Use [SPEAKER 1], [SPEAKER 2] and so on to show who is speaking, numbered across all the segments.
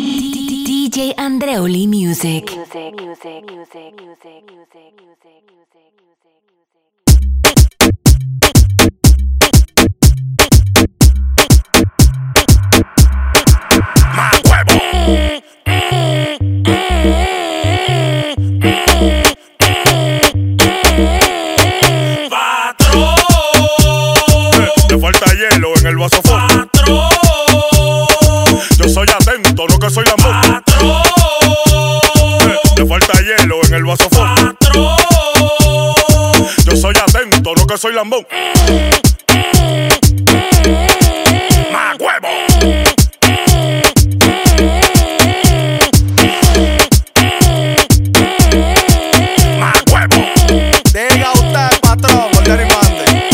[SPEAKER 1] DJ Andreoli Music.
[SPEAKER 2] Music, music, music, music, music, music, music, music, music.
[SPEAKER 3] Patrón,
[SPEAKER 4] Eh, Te falta hielo en el vaso fondo.
[SPEAKER 3] patrón,
[SPEAKER 4] Yo soy atento, no que soy la mosca.
[SPEAKER 3] patrón,
[SPEAKER 4] Te falta hielo en el vaso fondo.
[SPEAKER 3] patrón.
[SPEAKER 4] Yo soy atento, no que soy lambón. ¡Más huevo! ¡Más huevo!
[SPEAKER 5] Diga usted, patrón, Gordero y Mande.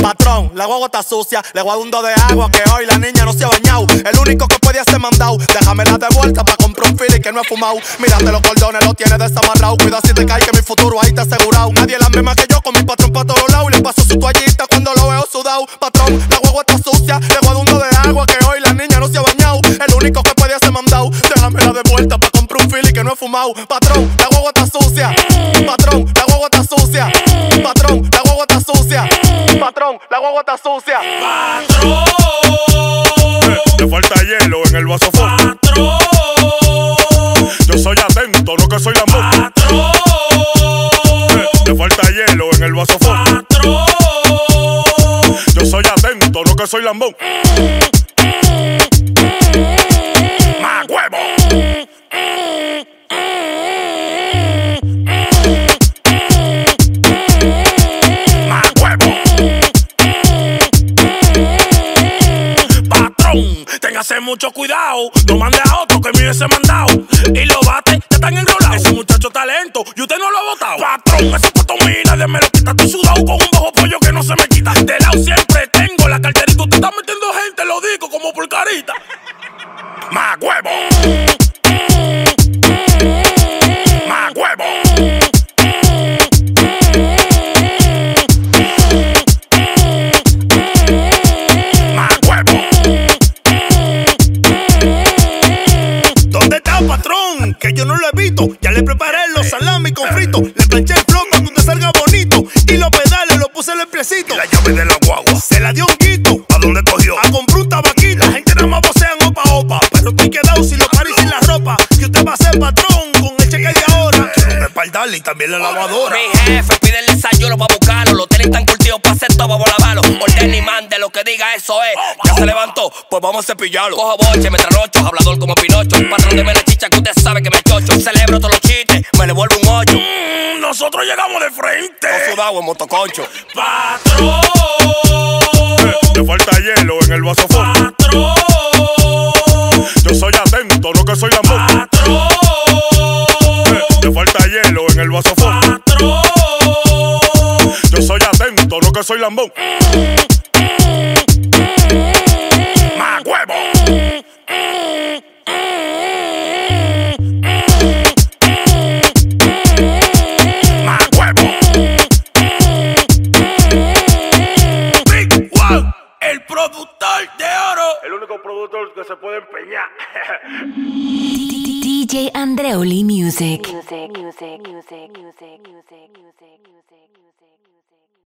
[SPEAKER 5] patrón, la guagua está sucia, le voy a dar un do de agua que hoy la niña no se ha bañado. El único que podía ser mandado, déjamela de vuelta para comprar un fili que no he fumado. Mírate los cordones, lo tienes desamarrado. Cuida si te caes que mi futuro ahí está asegurado. Nadie es la misma que yo con mi patrón para todos lados. Le paso su toallita cuando lo veo sudado. Patrón, la guagua está sucia, le voy a dar un do de agua que hoy la niña no se ha bañado. El único que podía ser mandado, déjamela de vuelta para comprar un fili que no he fumado. Patrón, la guagua está sucia. Patrón, la guagua está sucia. Patrón, la guagua está sucia. Patrón, la guagua está sucia.
[SPEAKER 4] Eh, Te falta hielo en el vaso fondo. Yo soy atento, no que soy la mosca. Te falta hielo en el vaso fondo. Yo soy atento, no que soy lambón. ¡Más huevo! ¡Más huevo!
[SPEAKER 3] Patrón, téngase mucho cuidado. No mande a otro que mire ese mandado. Y los bates ya están enrolados. Ese muchacho talento y usted no lo ha votado. Patrón, ese puto mina de me lo quita. Estoy sudado con un bajo pollo que no se me quita. De lado siempre tengo la carterita. Usted está metiendo gente, lo digo como por carita.
[SPEAKER 4] ¡Más huevo! ¡Más huevo! ¡Más huevo!
[SPEAKER 5] ¿Dónde está, patrón? Que yo no lo evito. Ya le preparé los salami con frito. Le planché el flow para que usted salga bonito. Y los pedales los puse en el plecito.
[SPEAKER 4] La llave de la guagua.
[SPEAKER 5] Se la dio un Ah, guito.
[SPEAKER 4] ¿A dónde cogió?
[SPEAKER 5] A comprar un tabaquito. La gente nada más posean opa opa. Pero estoy quedado sin los paris y sin la ropa. Que usted va a ser patrón con el cheque de ahora.
[SPEAKER 4] Un espaldar y también la lavadora.
[SPEAKER 6] Mi jefe pide el desayuno pa' buscarlo. Los tenis están curtidos pa' hacer todo, vamos a lavarlo. Orden y mande, lo que diga eso es. Ya se levantó, pues vamos a cepillarlo. Cojo boche, me trarrocho, hablador como Pinocho.
[SPEAKER 3] Mm.
[SPEAKER 6] Patrón de la chicha que usted sabe que me chocho. Celebro todos los chistes, me le vuelvo un ocho.
[SPEAKER 3] Mm, Nosotros llegamos de frente.
[SPEAKER 6] Todo sudado en motoconcho.
[SPEAKER 3] Patrón,
[SPEAKER 4] Te Eh, falta hielo en el vaso fondo.
[SPEAKER 3] patrón,
[SPEAKER 4] Yo soy atento, no que soy la mosca.
[SPEAKER 3] patrón,
[SPEAKER 4] Te falta hielo en el vaso fondo.
[SPEAKER 3] patrón.
[SPEAKER 4] Yo soy atento, no que soy lambón. ¡Más huevo! ¡Más huevo!
[SPEAKER 3] Big Wow, el productor de oro.
[SPEAKER 4] El único productor que se puede empeñar.
[SPEAKER 1] DJ Andreoli Music.
[SPEAKER 2] Music, music, music, music, music, music, music, music, music.